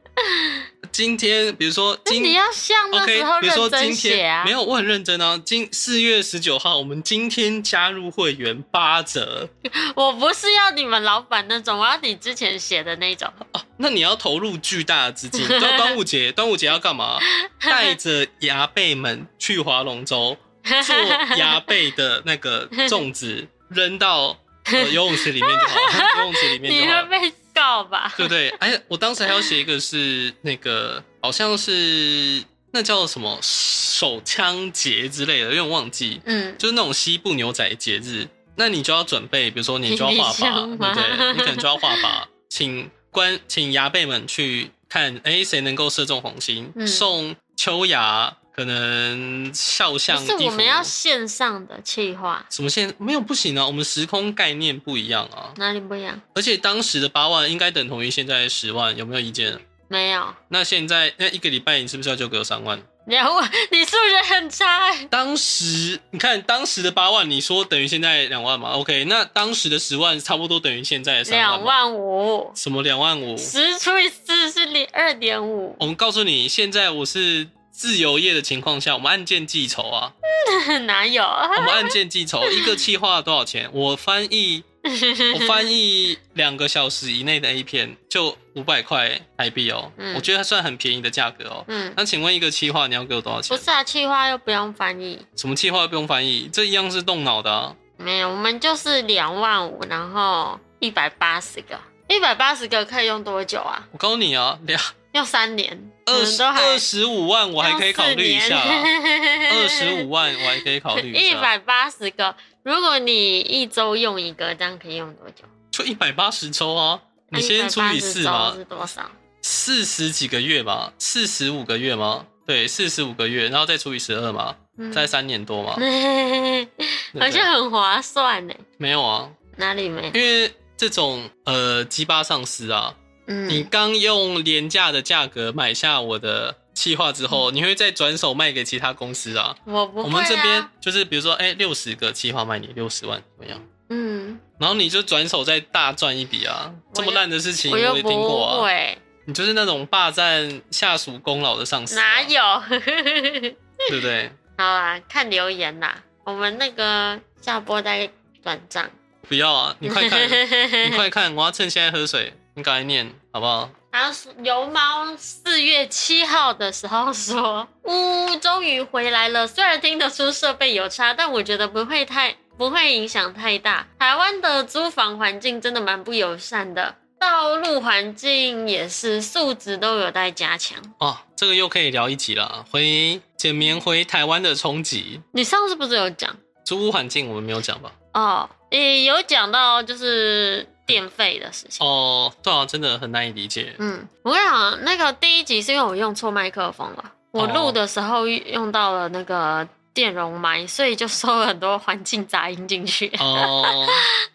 [SPEAKER 2] 今天比如说
[SPEAKER 1] <laughs> 那
[SPEAKER 2] 今
[SPEAKER 1] 你要像那
[SPEAKER 2] OK，
[SPEAKER 1] 时候
[SPEAKER 2] 比如说
[SPEAKER 1] 认
[SPEAKER 2] 今
[SPEAKER 1] 真写
[SPEAKER 2] 天
[SPEAKER 1] 啊。
[SPEAKER 2] 没有，我很认真啊。今四月十九号，我们今天加入会员八折
[SPEAKER 1] 我不是要你们老板那种，我要你之前写的那种。
[SPEAKER 2] 哦。那你要投入巨大的
[SPEAKER 1] <laughs>
[SPEAKER 2] 资金。到端午节，端午节要干嘛？带着牙贝们去划
[SPEAKER 1] <laughs>
[SPEAKER 2] 龙舟，做牙贝的那个粽子，扔到、
[SPEAKER 1] <laughs>
[SPEAKER 2] 呃游泳池里面就好了，游泳池里面
[SPEAKER 1] 你
[SPEAKER 2] 就
[SPEAKER 1] 会
[SPEAKER 2] 好了。
[SPEAKER 1] 被告吧？
[SPEAKER 2] 对不对？哎，我当时还要写一个是那个，好像是那叫什么手枪节之类的，有点忘记。
[SPEAKER 1] 嗯，
[SPEAKER 2] 就是那种西部牛仔节日，那你就要准备，比如说你就要画
[SPEAKER 1] 行
[SPEAKER 2] 靶，
[SPEAKER 1] 李箱
[SPEAKER 2] 对
[SPEAKER 1] 吗
[SPEAKER 2] 不对？你可能就要画靶，请官请牙贝们去看，哎，谁能够射中红心，
[SPEAKER 1] 嗯
[SPEAKER 2] 送秋雅可能肖
[SPEAKER 1] 不
[SPEAKER 2] 像
[SPEAKER 1] 是
[SPEAKER 2] 衣
[SPEAKER 1] 我
[SPEAKER 2] 服
[SPEAKER 1] 们要线上的企划，
[SPEAKER 2] 什么现没有不行啊，我们时空概念不一样啊，
[SPEAKER 1] 哪里不一样？
[SPEAKER 2] 而且当时的八万应该等同于现在的十万，有没有意见？
[SPEAKER 1] 没有，
[SPEAKER 2] 那现在那一个礼拜你是不是要就给我三万？
[SPEAKER 1] 你要问 <laughs> 你数学很差、欸，
[SPEAKER 2] 当时你看当时的八万，你说等于现在两万嘛？OK，那当时的十万差不多等于现在的三
[SPEAKER 1] 两
[SPEAKER 2] 吗？
[SPEAKER 1] 万五，
[SPEAKER 2] 什么两万五？
[SPEAKER 1] 十除以四是零二点五， <laughs>
[SPEAKER 2] 我们告诉你，现在我是自由业的情况下，我们按件计
[SPEAKER 1] <laughs>
[SPEAKER 2] 酬啊，
[SPEAKER 1] 哪有？
[SPEAKER 2] 我们按件计酬，一个企划多少钱？我翻
[SPEAKER 1] <laughs>
[SPEAKER 2] 译，我翻译两个小时以内的 A 片就五百块台币哦，
[SPEAKER 1] 嗯
[SPEAKER 2] 我觉得它算很便宜的价格哦。
[SPEAKER 1] 嗯，
[SPEAKER 2] 那请问一个企划你要给我多少
[SPEAKER 1] 不
[SPEAKER 2] 钱？
[SPEAKER 1] 是啊，气话又不用翻译，
[SPEAKER 2] 什么企划不用翻译，这一样是动脑的啊。
[SPEAKER 1] 没有，我们就是两万五，然后一百八十个，一百八十个可以用多久啊？
[SPEAKER 2] 我告诉你啊，两
[SPEAKER 1] 用三年，
[SPEAKER 2] 二
[SPEAKER 1] 我们
[SPEAKER 2] 十
[SPEAKER 1] 都还
[SPEAKER 2] 二十五万我还可以考虑一下啊， <laughs> 二
[SPEAKER 1] 二
[SPEAKER 2] 十五万我还可以考虑一
[SPEAKER 1] 一
[SPEAKER 2] 下，
[SPEAKER 1] 百八十个，如果你一周用一个，这样可以用多久？
[SPEAKER 2] 就一百八十周啊。你先除以四
[SPEAKER 1] 180
[SPEAKER 2] 嘛
[SPEAKER 1] 周，是多少？
[SPEAKER 2] 四十几个月嘛，四十五个月吗？对，四十五个月，然后再除以十二嘛，
[SPEAKER 1] 嗯
[SPEAKER 2] 再三年多嘛。对不
[SPEAKER 1] <laughs>
[SPEAKER 2] 对
[SPEAKER 1] 好像很划算呢。
[SPEAKER 2] 没有啊，
[SPEAKER 1] 哪里没？
[SPEAKER 2] 因为这种呃鸡巴上司啊，你
[SPEAKER 1] 嗯，
[SPEAKER 2] 刚用廉价的价格买下我的企划之后，你会再转手卖给其他公司啊。
[SPEAKER 1] 我嗯不会、啊。
[SPEAKER 2] 我们这边，就是比如说，哎，六十个企划卖你六十万怎么样？
[SPEAKER 1] 嗯，
[SPEAKER 2] 然后你就转手再大赚一笔啊！
[SPEAKER 1] 我
[SPEAKER 2] 这么
[SPEAKER 1] 又
[SPEAKER 2] 烂的事情
[SPEAKER 1] 我
[SPEAKER 2] 也
[SPEAKER 1] 又
[SPEAKER 2] 听过
[SPEAKER 1] 不
[SPEAKER 2] 啊！
[SPEAKER 1] 会，
[SPEAKER 2] 你就是那种霸占下属功劳的上司、
[SPEAKER 1] 哪
[SPEAKER 2] 啊，
[SPEAKER 1] 有？
[SPEAKER 2] 对不对？
[SPEAKER 1] 好啊，看留言啦。我们那个下播再转账。
[SPEAKER 2] 不要啊！你快
[SPEAKER 1] <laughs>
[SPEAKER 2] 看，你快看！我要趁现在喝水，你赶快念好不好？
[SPEAKER 1] 然后油猫四月七号的时候说：“呜，终于回来了。虽然听得出设备有差，但我觉得不会太不会影响太大。台湾的租房环境真的蛮不友善的，道路环境也是，素质都有待加强。
[SPEAKER 2] 哦，这个又可以聊一集了。啊回简棉回台湾的冲击，
[SPEAKER 1] 你上次不是有讲
[SPEAKER 2] 租屋环境我们没有讲吧？
[SPEAKER 1] 哦？也有讲到就是电费的事情。
[SPEAKER 2] 哦，对啊，真的很难以理解。
[SPEAKER 1] 嗯，我跟你讲，那个第一集是因为我用错麦克风了，我录的时候用到了那个电容麦，所以就收了很多环境杂音进去。 <laughs>
[SPEAKER 2] 哦，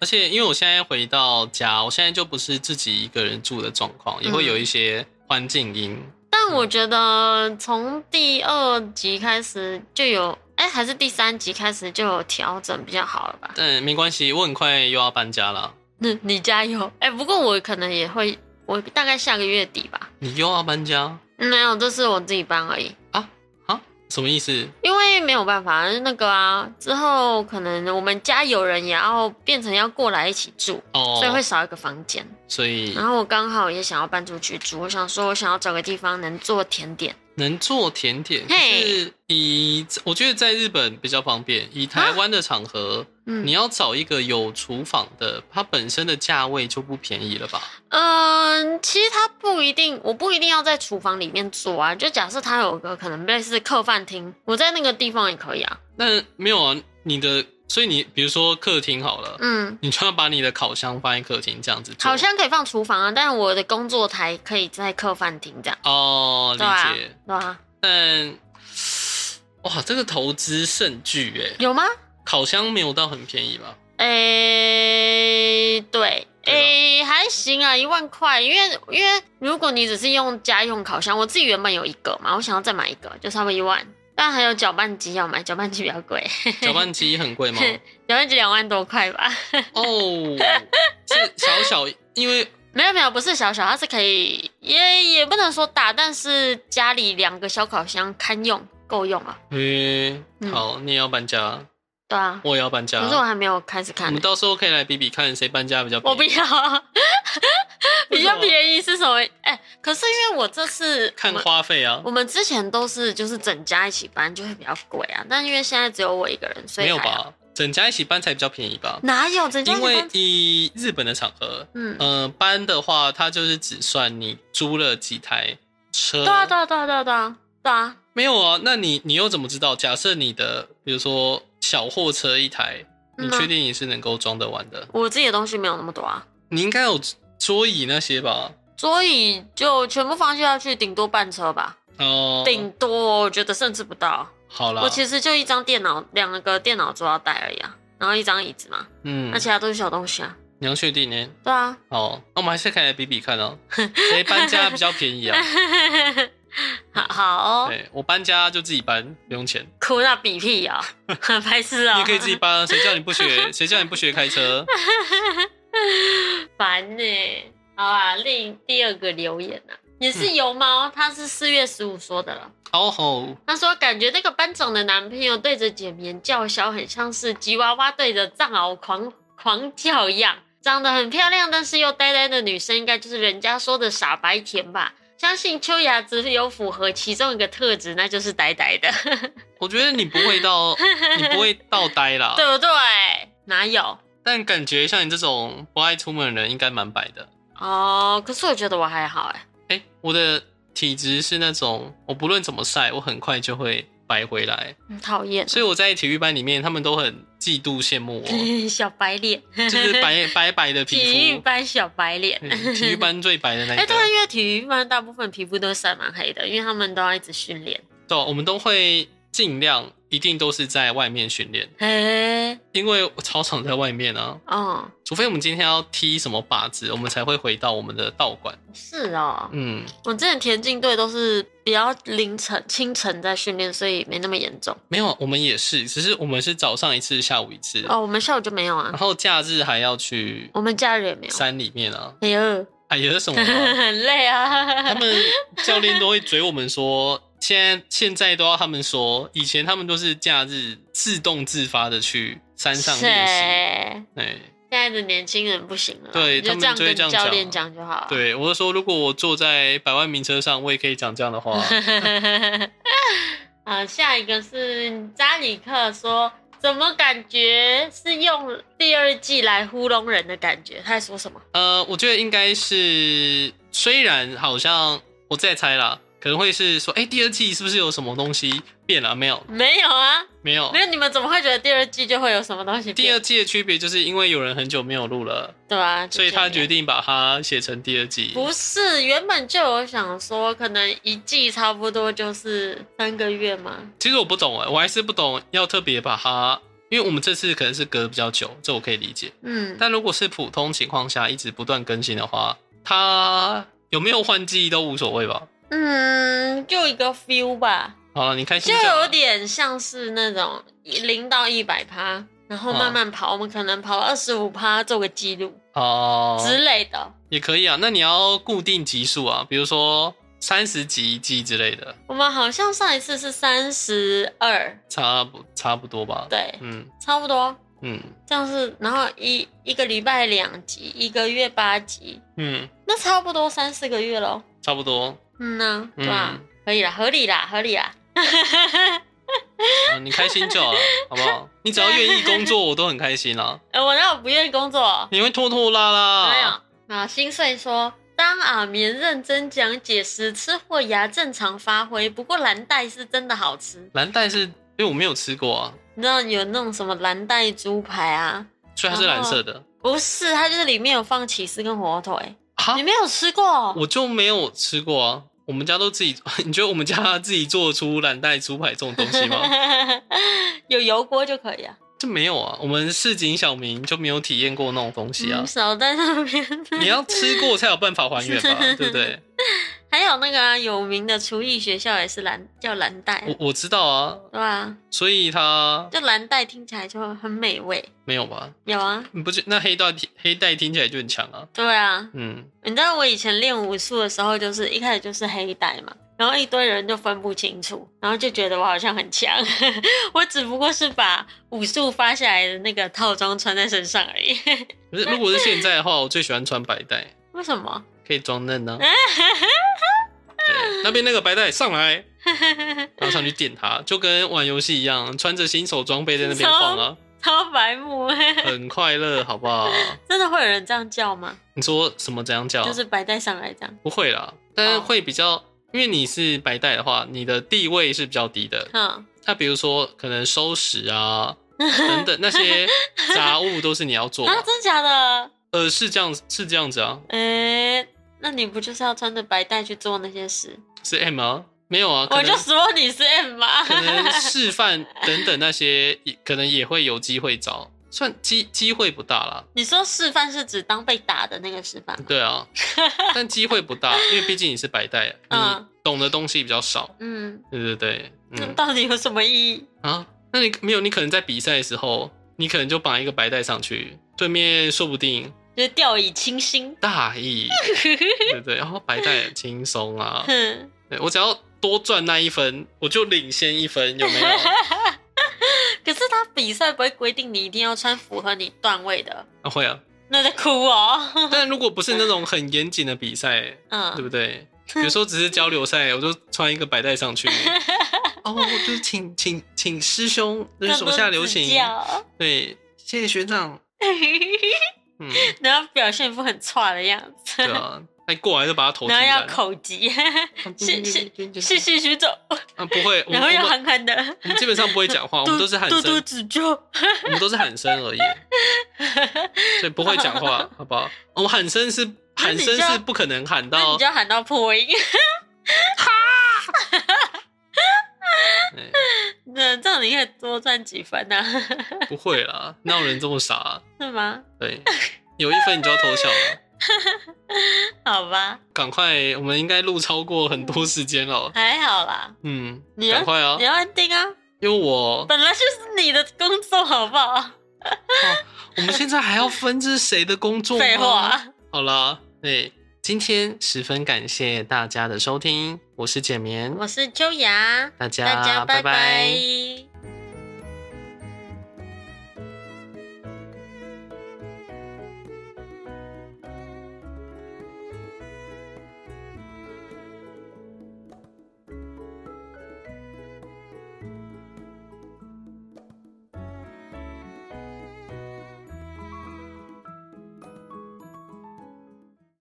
[SPEAKER 2] 而且因为我现在回到家，我现在就不是自己一个人住的状况，也会
[SPEAKER 1] 嗯
[SPEAKER 2] 有一些环境音。
[SPEAKER 1] 但我觉得从第二集开始就有，哎、还是第三集开始就有调整比较好了吧？
[SPEAKER 2] 但没关系，我很快又要搬家了。
[SPEAKER 1] 嗯， <laughs> 你加油！哎、不过我可能也会，我大概下个月底吧。
[SPEAKER 2] 你又要搬家
[SPEAKER 1] 没有，这是我自己搬而已。
[SPEAKER 2] 啊？什么意思？
[SPEAKER 1] 因为没有办法，那个啊，之后可能我们家有人也要变成要过来一起住，
[SPEAKER 2] 哦，
[SPEAKER 1] 所以会少一个房间。
[SPEAKER 2] 所以
[SPEAKER 1] 然后我刚好也想要搬出去住，我想说我想要找个地方能做甜点。
[SPEAKER 2] 能做甜点，就
[SPEAKER 1] 嘿
[SPEAKER 2] 是以我觉得在日本比较方便，以台湾的场合，
[SPEAKER 1] 嗯
[SPEAKER 2] 你，要找一个有厨房的，它本身的价位就不便宜了吧？
[SPEAKER 1] 嗯，其实它不一定，我不一定要在厨房里面做啊。就假设它有个可能类似客饭厅，我在那个地方也可以啊。
[SPEAKER 2] 那没有啊，你的，所以你比如说客厅好了，
[SPEAKER 1] 嗯，
[SPEAKER 2] 你就要把你的烤箱放在客厅这样子做。
[SPEAKER 1] 好像可以放厨房啊，但我的工作台可以在客饭厅这样，
[SPEAKER 2] 哦，理
[SPEAKER 1] 对啊
[SPEAKER 2] 解，
[SPEAKER 1] 对啊，
[SPEAKER 2] 但。哇，这个投资甚巨哎！
[SPEAKER 1] 有吗？
[SPEAKER 2] 烤箱没有到很便
[SPEAKER 1] <laughs>
[SPEAKER 2] 宜吧？
[SPEAKER 1] 诶、对，
[SPEAKER 2] 对吧
[SPEAKER 1] 诶、还行啊，一万块，因为因为如果你只是用家用烤箱，我自己原本有一个嘛，我想要再买一个，就差不多一万。但还有搅拌机要买，搅拌机比较贵， <laughs>
[SPEAKER 2] 搅拌机很贵吗？
[SPEAKER 1] 搅拌机两万多块吧。 <laughs>
[SPEAKER 2] 哦，是小小，因为
[SPEAKER 1] 没有没有，不是小小，它是可以，也也不能说大，但是家里两个小烤箱堪用，够用了。
[SPEAKER 2] 诶、
[SPEAKER 1] 嗯
[SPEAKER 2] 好，你也要搬家，
[SPEAKER 1] 对啊，
[SPEAKER 2] 我也要搬家。
[SPEAKER 1] 可是我还没有开始看
[SPEAKER 2] 我
[SPEAKER 1] 呢、
[SPEAKER 2] 们到时候可以来比比看谁搬家比较便宜。
[SPEAKER 1] 我不要， <laughs> 比较
[SPEAKER 2] 为什么
[SPEAKER 1] 便宜是什么？哎、可是因为我这次
[SPEAKER 2] 看花费啊，
[SPEAKER 1] 我们之前都是就是整家一起搬，就会比较贵啊。但因为现在只有我一个人，所以
[SPEAKER 2] 没有
[SPEAKER 1] 还好？
[SPEAKER 2] 吧？整家一起搬才比较便宜吧？
[SPEAKER 1] 哪有整家一
[SPEAKER 2] 因
[SPEAKER 1] 起
[SPEAKER 2] 为
[SPEAKER 1] 搬？
[SPEAKER 2] 以日本的场合，
[SPEAKER 1] 嗯，
[SPEAKER 2] 呃，搬的话，它就是只算你租了几台车。
[SPEAKER 1] 对啊，对啊，对啊，对啊，对啊，对啊，
[SPEAKER 2] 没有啊，那你你又怎么知道？假设你的比如说小货车一台，你
[SPEAKER 1] 嗯啊
[SPEAKER 2] 确定你是能够装得完的？
[SPEAKER 1] 我自己的东西没有那么多啊，
[SPEAKER 2] 你应该有桌椅那些吧？
[SPEAKER 1] 所以就全部放下去，顶多半车吧，
[SPEAKER 2] 哦、啊
[SPEAKER 1] 顶多我觉得甚至不到。
[SPEAKER 2] 好啦，
[SPEAKER 1] 我其实就一张电脑，两个电脑桌要带而已啊，然后一张椅子嘛，
[SPEAKER 2] 嗯
[SPEAKER 1] 那，其他都是小东西啊。
[SPEAKER 2] 你要确定呢。
[SPEAKER 1] 对啊， <laughs>
[SPEAKER 2] 哎哦，那我们还是可以来比比看哦，谁搬家比较便宜啊？
[SPEAKER 1] 好好、 <laughs> 哦，
[SPEAKER 2] 啊对我搬家就自己搬，不用钱，
[SPEAKER 1] 哭那比屁
[SPEAKER 2] <laughs>
[SPEAKER 1] 呀、很白痴
[SPEAKER 2] 你
[SPEAKER 1] 啊、
[SPEAKER 2] 也可以自己搬啊。谁叫你
[SPEAKER 1] <laughs>
[SPEAKER 2] 不学？谁叫你不学开车？
[SPEAKER 1] 烦呢、好啊，另第二个留言啊，也是
[SPEAKER 2] 嗯
[SPEAKER 1] 油猫，他是四月十五说的了。
[SPEAKER 2] 哦吼，
[SPEAKER 1] 他说感觉那个班长的男朋友对着简棉叫嚣，很像是吉娃娃对着藏獒狂狂叫一样。长得很漂亮，但是又呆呆的女生，应该就是人家说的傻白甜吧？相信秋雅只有符合其中一个特质，那就是呆呆
[SPEAKER 2] <laughs>
[SPEAKER 1] 的，
[SPEAKER 2] 我觉得你不会
[SPEAKER 1] <laughs>
[SPEAKER 2] 到，你不会到呆啦。
[SPEAKER 1] 对不对？哪有？
[SPEAKER 2] 但感觉像你这种不爱出门的人，应该蛮白的。
[SPEAKER 1] 哦，可是我觉得我还好哎、
[SPEAKER 2] 哎、我的体质是那种，我不论怎么晒，我很快就会白回来。
[SPEAKER 1] 很讨厌
[SPEAKER 2] 所以我在体育班里面，他们都很嫉妒羡慕我，
[SPEAKER 1] <laughs> 小白脸，
[SPEAKER 2] 就是
[SPEAKER 1] <laughs>
[SPEAKER 2] 白白白的皮
[SPEAKER 1] 体育
[SPEAKER 2] 肤。
[SPEAKER 1] 班小白脸。
[SPEAKER 2] 嗯体育班最白的那
[SPEAKER 1] <laughs>
[SPEAKER 2] 一
[SPEAKER 1] 哎、
[SPEAKER 2] 个，
[SPEAKER 1] 对啊，因为体育班大部分皮肤都晒蛮黑的，因为他们都要一直训练。
[SPEAKER 2] 对，啊我们都会尽量，一定都是在外面训练，
[SPEAKER 1] 哎、
[SPEAKER 2] 因为操场在外面啊，
[SPEAKER 1] 哦，
[SPEAKER 2] 除非我们今天要踢什么靶子，我们才会回到我们的道馆。
[SPEAKER 1] 是哦，
[SPEAKER 2] 嗯，
[SPEAKER 1] 我之前田径队都是比较凌晨、清晨在训练，所以没那么严重。
[SPEAKER 2] 没有，我们也是，只是我们是早上一次，下午一次，
[SPEAKER 1] 哦，我们下午就没有啊
[SPEAKER 2] 然，后假日还要去
[SPEAKER 1] 我们假日也没有。
[SPEAKER 2] 山里面啊。
[SPEAKER 1] 哎呦，
[SPEAKER 2] 哎呀，什么
[SPEAKER 1] <laughs>
[SPEAKER 2] 啊、
[SPEAKER 1] 很累啊
[SPEAKER 2] 他！们教练都会追我们说，现在现在都要他们说，以前他们都是假日自动自发的去山上练习。
[SPEAKER 1] <laughs> 谁？
[SPEAKER 2] 哎，
[SPEAKER 1] 现在的年轻人不行了啦，
[SPEAKER 2] 对
[SPEAKER 1] 你就
[SPEAKER 2] 他们
[SPEAKER 1] 这样
[SPEAKER 2] 就会
[SPEAKER 1] 跟
[SPEAKER 2] 这样
[SPEAKER 1] 教
[SPEAKER 2] 讲
[SPEAKER 1] 练讲就好了。
[SPEAKER 2] 对，我是说，如果我坐在百万名车上，我也可以讲这样
[SPEAKER 1] <laughs>
[SPEAKER 2] 的话。
[SPEAKER 1] 啊，下一个是扎里克说，怎么感觉是用第二季来糊弄人的感觉？他在说什么？
[SPEAKER 2] 呃，我觉得应该是，虽然好像我在猜啦，可能会是说，哎、第二季是不是有什么东西变了？没有，
[SPEAKER 1] 没有啊，
[SPEAKER 2] 没有
[SPEAKER 1] 没。有，你们怎么会觉得第二季就会有什么东西变？
[SPEAKER 2] 哦第二季的区别就是因为有人很久没有录了，
[SPEAKER 1] 对啊，
[SPEAKER 2] 所以他决
[SPEAKER 1] 定
[SPEAKER 2] 定把它写成第二季。
[SPEAKER 1] 不是原本就有想说，可能一季差不多就是三个月嘛。
[SPEAKER 2] 其实我不懂哎，我还是不懂要特别把它，因为我们这次可能是隔得比较久，这我可以理解。
[SPEAKER 1] 嗯，
[SPEAKER 2] 但如果是普通情况下一直不断更新的话，它有没有换季都无所谓吧？
[SPEAKER 1] 嗯，就一个 feel 吧，
[SPEAKER 2] 好了，你开
[SPEAKER 1] 就
[SPEAKER 2] 心就好
[SPEAKER 1] 有点像是那种零到一百趴，然后
[SPEAKER 2] 嗯
[SPEAKER 1] 慢慢跑，我们可能跑二十五趴做个记录
[SPEAKER 2] 哦，
[SPEAKER 1] 之类的。
[SPEAKER 2] 也可以啊。那你要固定集数啊，比如说三十集一季之类的，
[SPEAKER 1] 我们好像上一次是三十二，
[SPEAKER 2] 差不差不多吧？
[SPEAKER 1] 对，
[SPEAKER 2] 嗯
[SPEAKER 1] 差不多
[SPEAKER 2] 嗯
[SPEAKER 1] 这样是，然后一一个礼拜两集，一个月八集，
[SPEAKER 2] 嗯，
[SPEAKER 1] 那差不多三四个月喽。
[SPEAKER 2] 差不多。
[SPEAKER 1] 嗯呐、对
[SPEAKER 2] 嗯
[SPEAKER 1] 吧、可以啦，合理啦，合理啦。 <laughs>
[SPEAKER 2] 啊，你开心就好了，好不好？你只要愿意工作，我都很开心啦、啊。
[SPEAKER 1] 呃，我哪有不愿意工作？
[SPEAKER 2] 你会拖拖拉拉，
[SPEAKER 1] 没有。那心碎说，当耳棉认真讲解时，吃货牙正常发挥。不过蓝带是真的好吃，
[SPEAKER 2] 蓝带是因为我没有吃过啊，
[SPEAKER 1] 你知道有那种什么蓝带猪排啊？
[SPEAKER 2] 所以它是蓝色的
[SPEAKER 1] 不是，它就是里面有放起司跟火腿。
[SPEAKER 2] 啊
[SPEAKER 1] 你，没有吃过？
[SPEAKER 2] 我就没有吃过啊。我们家都自己， <laughs> 你觉得我们家自己做出蓝带猪排这种东西吗？
[SPEAKER 1] <laughs> 有油锅就可以啊。
[SPEAKER 2] 这没有啊，我们市井小民就没有体验过那种东西啊
[SPEAKER 1] 嗯，。少在那边。
[SPEAKER 2] 你要吃过才有办法还原吧，对不对？
[SPEAKER 1] 还有那个啊、有名的厨艺学校也是蓝，叫蓝带，对
[SPEAKER 2] 我我知道啊，
[SPEAKER 1] 吧、
[SPEAKER 2] 所以它
[SPEAKER 1] 就蓝带听起来就很美味。
[SPEAKER 2] 没有吧？
[SPEAKER 1] 有啊，
[SPEAKER 2] 你不是那黑带黑带听起来就很强啊，
[SPEAKER 1] 对啊，
[SPEAKER 2] 嗯，
[SPEAKER 1] 你知道我以前练武术的时候，就是一开始就是黑带嘛，然后一堆人就分不清楚，然后就觉得我好像很强， <laughs> 我只不过是把武术发下来的那个套装穿在身上而已。 <laughs>
[SPEAKER 2] 可是如果是现在的话，我最喜欢穿白带，
[SPEAKER 1] 为什么？ <laughs>
[SPEAKER 2] 可以装嫩呢、对，那边那个白带上来，然后上去电他，就跟玩游戏一样，穿着新手装备在那边晃啊，
[SPEAKER 1] 超白目， <laughs>
[SPEAKER 2] 很快乐，好不好？ <laughs>
[SPEAKER 1] 真的会有人这样叫吗？
[SPEAKER 2] 你说什么怎样叫？
[SPEAKER 1] 就是哦白带上来这样。
[SPEAKER 2] 不会啦，但是会比较，因为你是白带的话，你的地位是比较低的，
[SPEAKER 1] 嗯，
[SPEAKER 2] 那比如说可能收拾
[SPEAKER 1] <laughs>
[SPEAKER 2] 啊等等那些杂物都是你要做嘛
[SPEAKER 1] 啊，，真假的？
[SPEAKER 2] 呃，是这样是这样子啊，
[SPEAKER 1] 诶、那你不就是要穿着白带去做那些事？
[SPEAKER 2] 是 M 啊，没有啊，可
[SPEAKER 1] 我
[SPEAKER 2] 能
[SPEAKER 1] 就说你是 M 嘛，
[SPEAKER 2] 可能示范等等那些也可能也会有机会找，算机机会不大啦，
[SPEAKER 1] <laughs> 你说示范是指当被打的那个示范吗？
[SPEAKER 2] 对啊，但机会不大，因为毕竟你是白带，啊
[SPEAKER 1] 嗯
[SPEAKER 2] 你懂的东西比较少，
[SPEAKER 1] 嗯，
[SPEAKER 2] 对对对，
[SPEAKER 1] 这
[SPEAKER 2] 嗯
[SPEAKER 1] 到底有什么意义？
[SPEAKER 2] 啊，那你没有，你可能在比赛的时候，你可能就绑一个白带上去，对面说不定
[SPEAKER 1] 就是掉以轻心。
[SPEAKER 2] 大意，对不对？然后白带很轻松啊，
[SPEAKER 1] 哼，
[SPEAKER 2] 对我只要多赚那一分，我就领先一分，有没有？
[SPEAKER 1] 可是他比赛不会规定你一定要穿符合你段位的，
[SPEAKER 2] 啊会啊，
[SPEAKER 1] 那在哭哦。 <laughs>
[SPEAKER 2] 但如果不是那种很严谨的比赛，对
[SPEAKER 1] 嗯，
[SPEAKER 2] 不对？比如说只是交流赛，我就穿一个白带
[SPEAKER 1] <laughs>
[SPEAKER 2] 上去。哦，我就是请请请师兄，就是手下留
[SPEAKER 1] 多
[SPEAKER 2] 情
[SPEAKER 1] 多指。教 <laughs>
[SPEAKER 2] 对，谢谢学长。
[SPEAKER 1] <laughs>
[SPEAKER 2] 嗯，
[SPEAKER 1] 然后表现一副很差的样子，
[SPEAKER 2] 对啊，哎，过来就啊把他头踢
[SPEAKER 1] 然后要
[SPEAKER 2] 烂。
[SPEAKER 1] 口
[SPEAKER 2] <laughs>
[SPEAKER 1] 急，是是谢
[SPEAKER 2] 是
[SPEAKER 1] 谢徐总，
[SPEAKER 2] 啊，不会，我们
[SPEAKER 1] 然后要
[SPEAKER 2] 我们
[SPEAKER 1] 憨憨的，
[SPEAKER 2] 我们基本上不
[SPEAKER 1] <laughs>
[SPEAKER 2] 会讲话，我们都是喊
[SPEAKER 1] 多多
[SPEAKER 2] 声，哦
[SPEAKER 1] 指教。
[SPEAKER 2] 我们都是喊声
[SPEAKER 1] <laughs>
[SPEAKER 2] 而已，所以不会讲话，好不好？我们喊声是喊声是不可能喊
[SPEAKER 1] 那
[SPEAKER 2] 到
[SPEAKER 1] 你就，要喊到破音， <laughs>
[SPEAKER 2] 哎
[SPEAKER 1] 那这样你可以多赚几分呢、
[SPEAKER 2] 哎不会啦，哪有人这么傻啊？
[SPEAKER 1] <laughs> 是吗？
[SPEAKER 2] 对，有一分你就要偷笑了。
[SPEAKER 1] 好吧，
[SPEAKER 2] 赶快，我们应该录超过很多时
[SPEAKER 1] <laughs>
[SPEAKER 2] 间了。
[SPEAKER 1] 还好啦，
[SPEAKER 2] 嗯，
[SPEAKER 1] 你
[SPEAKER 2] 赶快啊
[SPEAKER 1] 你，要安定啊，
[SPEAKER 2] 因为我
[SPEAKER 1] 本来就是你的工作，好不好？
[SPEAKER 2] 我们现在还要分这是谁的工作？
[SPEAKER 1] 废话，
[SPEAKER 2] 好啦，对，今天十分感谢大家的收听，我是简眠，
[SPEAKER 1] 我是秋雅，
[SPEAKER 2] 大家
[SPEAKER 1] 大家拜
[SPEAKER 2] 拜
[SPEAKER 1] 拜